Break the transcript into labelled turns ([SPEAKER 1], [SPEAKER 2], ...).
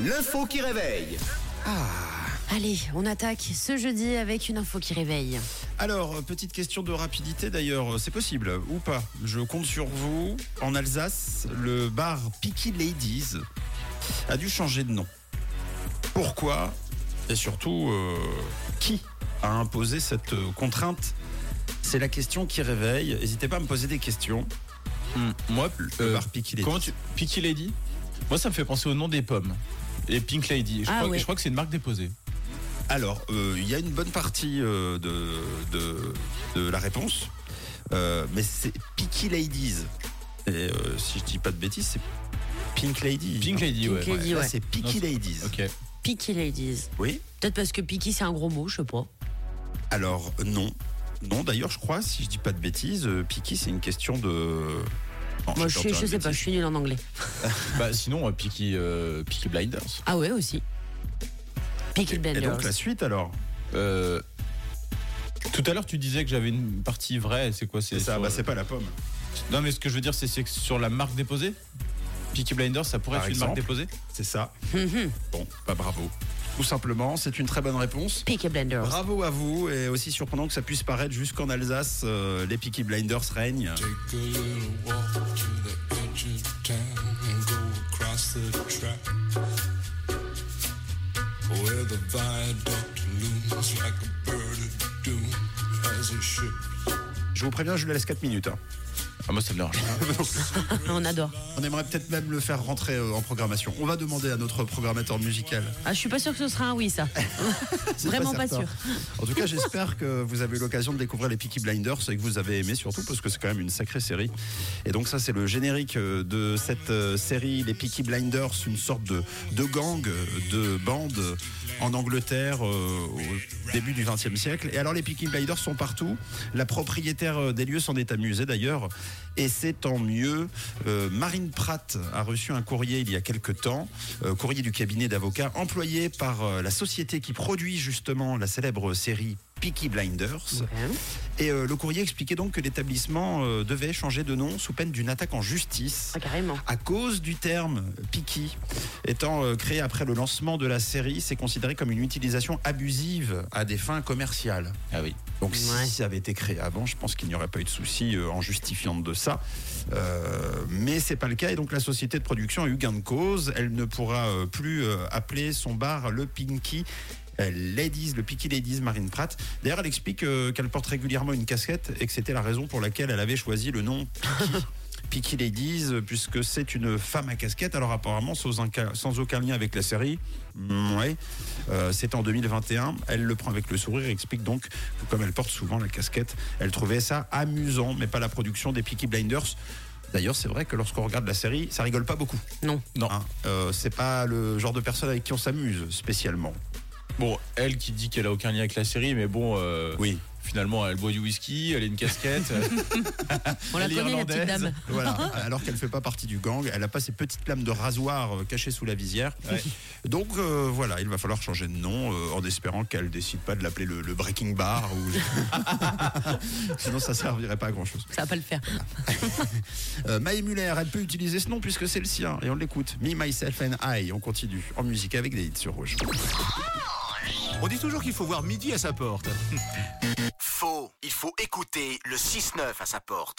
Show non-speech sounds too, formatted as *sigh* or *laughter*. [SPEAKER 1] L'info qui réveille.
[SPEAKER 2] Allez, on attaque ce jeudi avec une info qui réveille.
[SPEAKER 3] Alors, euh, petite question de rapidité d'ailleurs, euh, c'est possible euh, ou pas Je compte sur vous. En Alsace, le bar Picky Ladies a dû changer de nom. Pourquoi Et surtout, euh, qui a imposé cette euh, contrainte C'est la question qui réveille. N'hésitez pas à me poser des questions.
[SPEAKER 4] Moi,
[SPEAKER 3] Le
[SPEAKER 4] euh,
[SPEAKER 3] bar Picky Ladies.
[SPEAKER 4] comment tu. Picky Lady Moi, ça me fait penser au nom des pommes. Et Pink Lady. Je,
[SPEAKER 2] Ah
[SPEAKER 4] crois,
[SPEAKER 2] ouais.
[SPEAKER 4] je crois que c'est une marque déposée.
[SPEAKER 3] Alors, euh, il y a une bonne partie euh, de, de, de la réponse, Euh, mais c'est Picky Ladies. Et euh, si je dis pas de bêtises, c'est Pink Lady.
[SPEAKER 4] Pink
[SPEAKER 3] Hein.
[SPEAKER 4] Lady,
[SPEAKER 2] Pink
[SPEAKER 4] ouais.
[SPEAKER 2] Lady,
[SPEAKER 3] Là,
[SPEAKER 2] ouais.
[SPEAKER 3] c'est Picky
[SPEAKER 4] Non, c'est-
[SPEAKER 3] Ladies.
[SPEAKER 4] Ok.
[SPEAKER 2] Picky Ladies.
[SPEAKER 3] Oui.
[SPEAKER 2] Peut-être parce que Picky c'est un gros mot, je sais pas.
[SPEAKER 3] Alors, non. Non, d'ailleurs, je crois, si je dis pas de bêtises, euh, Picky, c'est une question de. Non,
[SPEAKER 2] Moi
[SPEAKER 3] vais
[SPEAKER 2] je,
[SPEAKER 3] pas
[SPEAKER 2] suis-
[SPEAKER 3] dire
[SPEAKER 2] je
[SPEAKER 3] une
[SPEAKER 2] sais pas, je
[SPEAKER 3] bêtise.
[SPEAKER 2] suis nulle en anglais.
[SPEAKER 4] Bah, sinon, euh, Peaky, euh, Peaky Blinders.
[SPEAKER 2] Ah ouais aussi. Picky
[SPEAKER 3] Et
[SPEAKER 2] Blenders.
[SPEAKER 3] donc, la suite alors
[SPEAKER 4] Euh, tout à l'heure, tu disais que j'avais une partie vraie. C'est quoi
[SPEAKER 3] C'est ça,
[SPEAKER 4] sur-
[SPEAKER 3] bah, c'est pas la pomme.
[SPEAKER 4] Non, mais ce que je veux dire, c'est c'est que sur la marque déposée Peaky Blinders, ça pourrait
[SPEAKER 3] Par
[SPEAKER 4] être une marque déposée
[SPEAKER 3] C'est ça.
[SPEAKER 2] Mhm.
[SPEAKER 3] Bon, bah bravo. Tout simplement, c'est une très bonne réponse.
[SPEAKER 2] Picky Blenders.
[SPEAKER 3] Bravo à vous et aussi surprenant que ça puisse paraître jusqu'en Alsace, euh, les Peaky Blinders règnent.
[SPEAKER 5] Take a little walk to the edge of town and go across the track where the viaduct looms like a bird of doom as it ships
[SPEAKER 3] Je vous préviens, je le laisse 4 minutes. hein.
[SPEAKER 4] Ah, moi, ça me dérange.
[SPEAKER 2] *laughs* on adore.
[SPEAKER 3] On aimerait peut-être même le faire rentrer euh, en programmation. On va demander à notre programmateur
[SPEAKER 2] *laughs*
[SPEAKER 3] musical.
[SPEAKER 2] Ah je suis pas sûr que ce sera un
[SPEAKER 3] *laughs*
[SPEAKER 2] oui ça.
[SPEAKER 3] C'est
[SPEAKER 2] Vraiment pas,
[SPEAKER 3] certain.
[SPEAKER 2] sûr.
[SPEAKER 3] En
[SPEAKER 2] *laughs*
[SPEAKER 3] tout cas, j'espère que vous avez eu l'occasion de découvrir les Peaky Blinders et que vous avez aimé surtout parce que c'est quand même une sacrée série. Et donc ça, c'est le générique euh, de cette euh, série, les Peaky Blinders, une sorte de, de gang, euh, de bande euh, en Angleterre euh, au début du XXe siècle. Et alors les Peaky Blinders sont partout. La propriétaire euh, des lieux s'en est amusée d'ailleurs. Et c'est tant mieux. Euh, Marine Pratt a reçu un courrier il y a quelque temps, euh, courrier du cabinet d'avocats employé par euh, la société qui produit justement la célèbre série Peaky Blinders. Et euh, le courrier expliquait donc que l'établissement euh, devait changer de nom sous peine d'une attaque en justice
[SPEAKER 2] Ah, carrément.
[SPEAKER 3] à cause du terme Peaky étant euh, créé après le lancement de la série, c'est considéré comme une utilisation abusive à des fins commerciales.
[SPEAKER 4] Ah oui.
[SPEAKER 3] Donc
[SPEAKER 2] Ouais.
[SPEAKER 3] si ça avait été créé avant, je pense qu'il n'y aurait pas eu de souci euh, en justifiant de ça. Euh, mais c'est pas le cas et donc la société de production a eu gain de cause. Elle ne pourra euh, plus euh, appeler son bar le Pinky. euh, Ladies, le Pinky Ladies Marine Pratt. D'ailleurs, elle explique euh, qu'elle porte régulièrement une casquette et que c'était la raison pour laquelle elle avait choisi le nom Pinky. Pinky Ladies, euh, puisque c'est une femme à casquette. Alors, apparemment, sans, un ca- sans aucun lien avec la série. Mm, Ouais. Euh, c'est en 2021. Elle le prend avec le sourire et explique donc que comme elle porte souvent la casquette, elle trouvait ça amusant, mais pas la production des Peaky Blinders. D'ailleurs, c'est vrai que lorsqu'on regarde la série, ça rigole pas beaucoup.
[SPEAKER 2] Non.
[SPEAKER 4] Non.
[SPEAKER 3] Hein. Euh, c'est pas le genre de personne avec qui on s'amuse spécialement.
[SPEAKER 4] Bon, elle qui dit qu'elle a aucun lien avec la série, mais bon. euh,
[SPEAKER 3] Oui.
[SPEAKER 4] Finalement, elle boit du whisky, elle a une casquette.
[SPEAKER 2] On la
[SPEAKER 4] Elle est
[SPEAKER 2] connaît la petite
[SPEAKER 4] irlandaise.
[SPEAKER 2] dame.
[SPEAKER 3] Voilà. *laughs* Alors qu'elle fait pas partie du gang, elle a pas ses petites lames de rasoir euh, cachées sous la visière.
[SPEAKER 4] Ouais.
[SPEAKER 3] Donc euh, voilà, il va falloir changer de nom euh, en espérant qu'elle décide pas de l'appeler le, le Breaking Bar ou *laughs* sinon ça servirait pas à grand chose.
[SPEAKER 2] Ça va pas le faire.
[SPEAKER 3] Euh, Maë Muller, elle peut utiliser ce nom puisque c'est le sien. Et on l'écoute. Me, Myself and I. On continue en musique avec des hits sur Rouge.
[SPEAKER 6] On dit toujours qu'il faut voir midi à sa porte.
[SPEAKER 1] Faux. Il faut écouter le 6-9 à sa porte.